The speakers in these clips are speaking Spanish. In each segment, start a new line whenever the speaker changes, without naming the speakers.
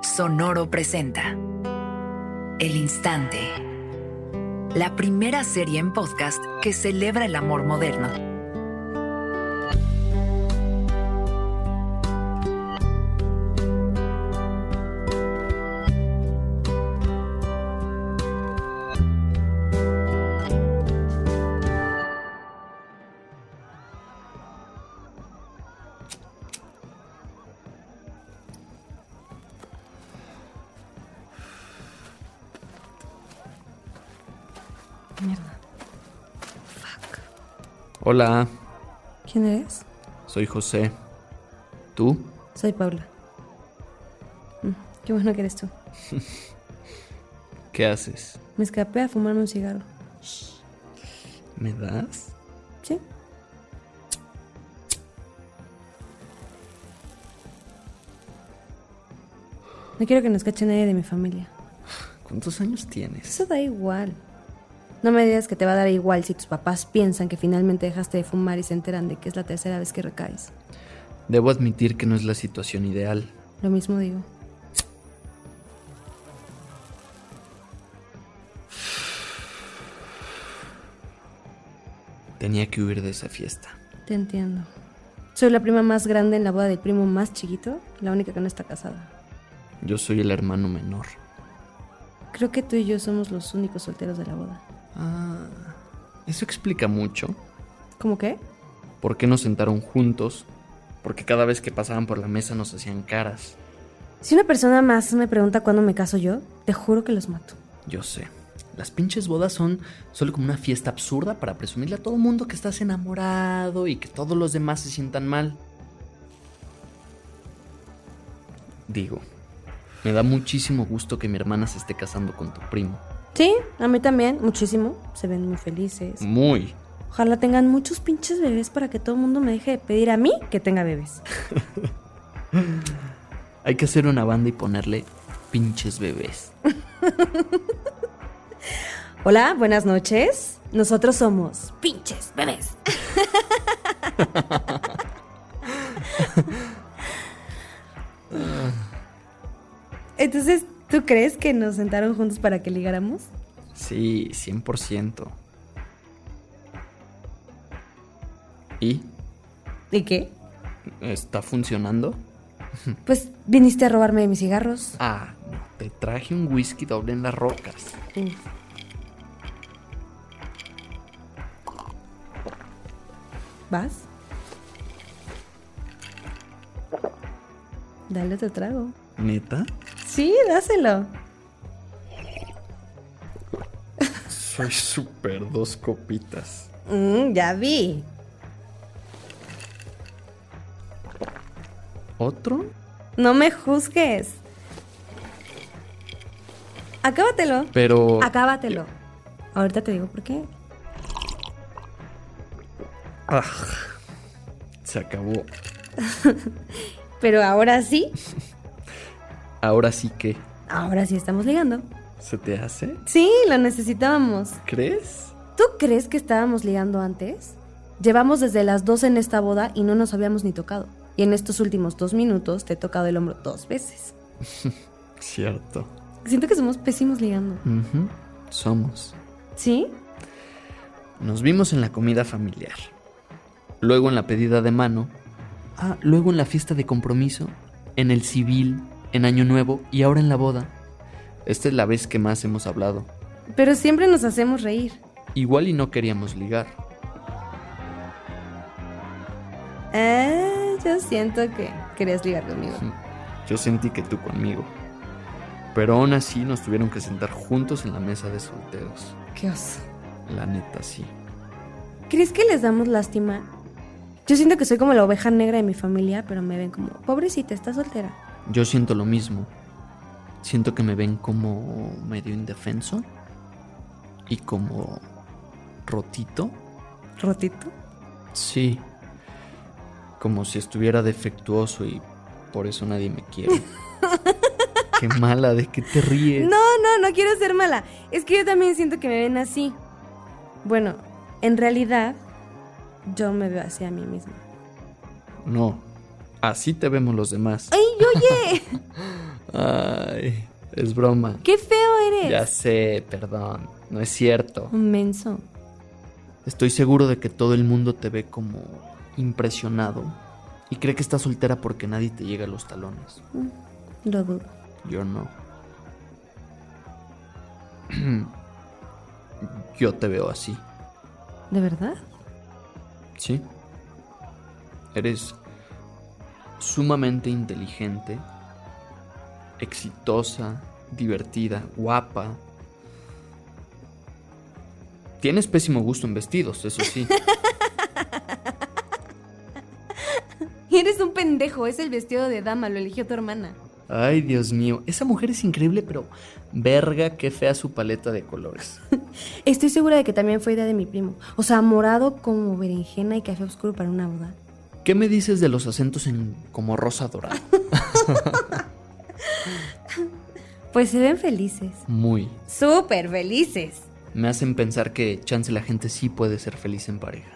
Sonoro presenta El Instante, la primera serie en podcast que celebra el amor moderno.
Mierda.
Hola,
¿Quién eres?
soy José. ¿Tú?
Soy Paula. Mm, Qué bueno que eres tú.
¿Qué haces?
Me escapé a fumarme un cigarro.
¿Me das?
¿Sí? No quiero que nos cache nadie de mi familia.
¿Cuántos años tienes?
Eso da igual. No me digas que te va a dar igual si tus papás piensan que finalmente dejaste de fumar y se enteran de que es la tercera vez que recaes.
Debo admitir que no es la situación ideal.
Lo mismo digo.
Tenía que huir de esa fiesta.
Te entiendo. Soy la prima más grande en la boda del primo más chiquito, la única que no está casada.
Yo soy el hermano menor.
Creo que tú y yo somos los únicos solteros de la boda.
Ah, eso explica mucho.
¿Cómo qué?
¿Por qué nos sentaron juntos? Porque cada vez que pasaban por la mesa nos hacían caras.
Si una persona más me pregunta cuándo me caso yo, te juro que los mato.
Yo sé. Las pinches bodas son solo como una fiesta absurda para presumirle a todo mundo que estás enamorado y que todos los demás se sientan mal. Digo, me da muchísimo gusto que mi hermana se esté casando con tu primo.
Sí, a mí también, muchísimo. Se ven muy felices.
Muy.
Ojalá tengan muchos pinches bebés para que todo el mundo me deje de pedir a mí que tenga bebés.
Hay que hacer una banda y ponerle pinches bebés.
Hola, buenas noches. Nosotros somos pinches bebés. Entonces, ¿tú crees que nos sentaron juntos para que ligáramos?
Sí, 100%. ¿Y?
¿Y qué?
¿Está funcionando?
Pues viniste a robarme de mis cigarros.
Ah, no, te traje un whisky doble en las rocas.
¿Vas? Dale otro trago.
¿Neta?
Sí, dáselo.
Soy súper dos copitas.
Mm, ya vi.
¿Otro?
No me juzgues. Acábatelo.
Pero...
Acábatelo. Ahorita te digo por qué.
Aj, se acabó.
Pero ahora sí.
Ahora sí que...
Ahora sí estamos ligando.
¿Se te hace?
Sí, lo necesitábamos.
¿Crees?
¿Tú crees que estábamos ligando antes? Llevamos desde las 12 en esta boda y no nos habíamos ni tocado. Y en estos últimos dos minutos te he tocado el hombro dos veces.
Cierto.
Siento que somos pésimos ligando.
Ujú, Somos.
¿Sí?
Nos vimos en la comida familiar. Luego en la pedida de mano. Ah, luego en la fiesta de compromiso. En el civil. En Año Nuevo. Y ahora en la boda. Esta es la vez que más hemos hablado.
Pero siempre nos hacemos reír.
Igual y no queríamos ligar.
Ah, yo siento que querías ligar conmigo.
Yo sentí que tú conmigo. Pero aún así nos tuvieron que sentar juntos en la mesa de solteros.
Qué oso.
La neta, sí.
¿Crees que les damos lástima? Yo siento que soy como la oveja negra de mi familia, pero me ven como, pobrecita, está soltera.
Yo siento lo mismo. Siento que me ven como medio indefenso y como rotito.
Rotito.
Sí. Como si estuviera defectuoso y por eso nadie me quiere. qué mala, ¿de qué te ríes?
No, no, no quiero ser mala. Es que yo también siento que me ven así. Bueno, en realidad, yo me veo así a mí misma.
No, Así te vemos los demás.
¡Ey, oye!
Ay, es broma.
¡Qué feo eres!
Ya sé, perdón. No es cierto.
Un menso.
Estoy seguro de que todo el mundo te ve como impresionado y cree que estás soltera porque nadie te llega a los talones.
Lo dudo.
Yo no. Yo te veo así,
¿De verdad?
¿sí? Eres sumamente inteligente, exitosa, divertida, guapa. Tienes pésimo gusto en vestidos, eso sí.
Eres un pendejo. Es el vestido de dama. Lo eligió tu hermana.
Ay, Dios mío. Esa mujer es increíble, pero verga, qué fea su paleta de colores.
Estoy segura de que también fue idea de mi primo. O sea, morado como berenjena y café oscuro para una boda.
¿Qué me dices de los acentos en como rosa dorada?
Pues se ven felices.
Muy.
Súper felices.
Me hacen pensar que chance la gente sí puede ser feliz en pareja.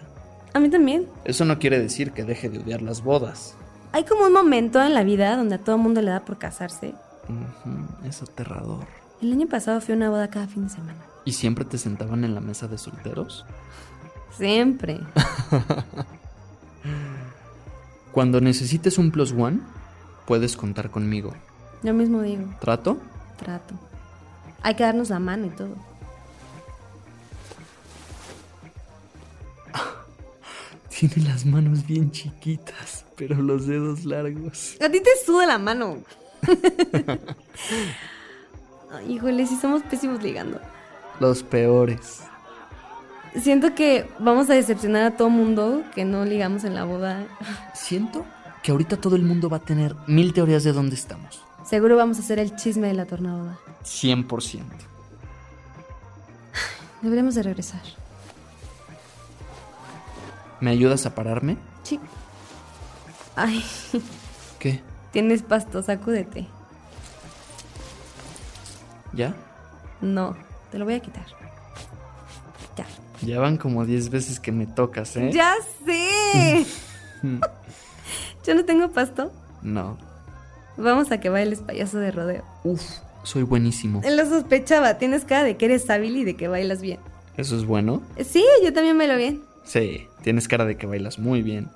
A mí también.
Eso no quiere decir que deje de odiar las bodas.
Hay como un momento en la vida donde a todo mundo le da por casarse.
Ujú, es aterrador.
El año pasado fui a una boda cada fin de semana.
¿Y siempre te sentaban en la mesa de solteros?
Siempre.
Cuando necesites un plus one, puedes contar conmigo.
Yo mismo digo,
¿Trato?
trato. Hay que darnos la mano y todo.
Tiene las manos bien chiquitas, pero los dedos largos.
A ti te suda la mano. Ay, híjole, sí somos pésimos ligando.
Los peores.
Siento que vamos a decepcionar a todo mundo que no ligamos en la boda.
Siento que ahorita todo el mundo va a tener mil teorías de dónde estamos.
Seguro vamos a hacer el chisme de la tornaboda.
100%.
Deberíamos de regresar.
¿Me ayudas a pararme?
Sí. Ay,
¿Qué?
tienes pasto, sacúdete.
¿Ya?
No, te lo voy a quitar. Ya.
Ya van como 10 veces que me tocas, ¿eh?
¡Ya sé! Yo no tengo pasto.
No.
Vamos a que bailes payaso de rodeo.
Uf, soy buenísimo.
Lo sospechaba, tienes cara de que eres hábil y de que bailas bien. Eh,
¿Eso es bueno?
Sí, yo también bailo bien.
Sí, tienes cara de que bailas muy bien.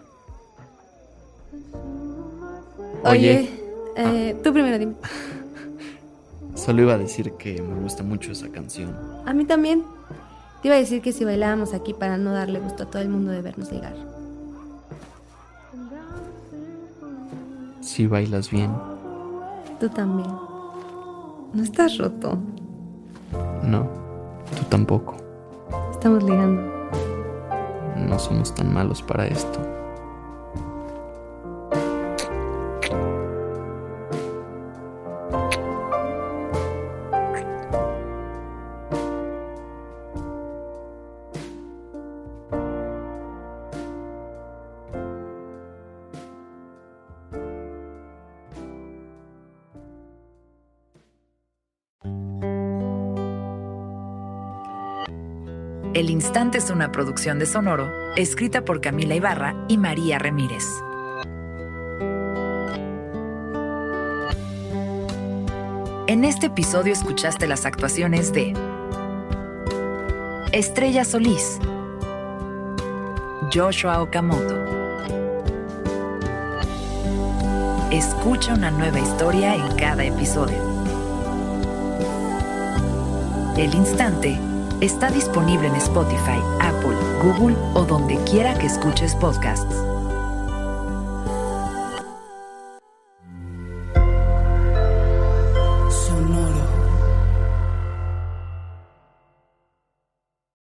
Oye, eh, tú primero dime.
Solo iba a decir que me gusta mucho esa canción.
A mí también. Te iba a decir que si bailábamos aquí para no darle gusto a todo el mundo de vernos ligar.
Sí, bailas bien.
Tú también. No estás roto.
No, tú tampoco.
Estamos ligando.
No somos tan malos para esto.
El Instante es una producción de Sonoro, escrita por Camila Ibarra y María Ramírez. En este episodio escuchaste las actuaciones de Estrella Solís, Joshua Okamoto. Escucha una nueva historia en cada episodio. El Instante está disponible en Spotify, Apple, Google o donde quiera que escuches podcasts.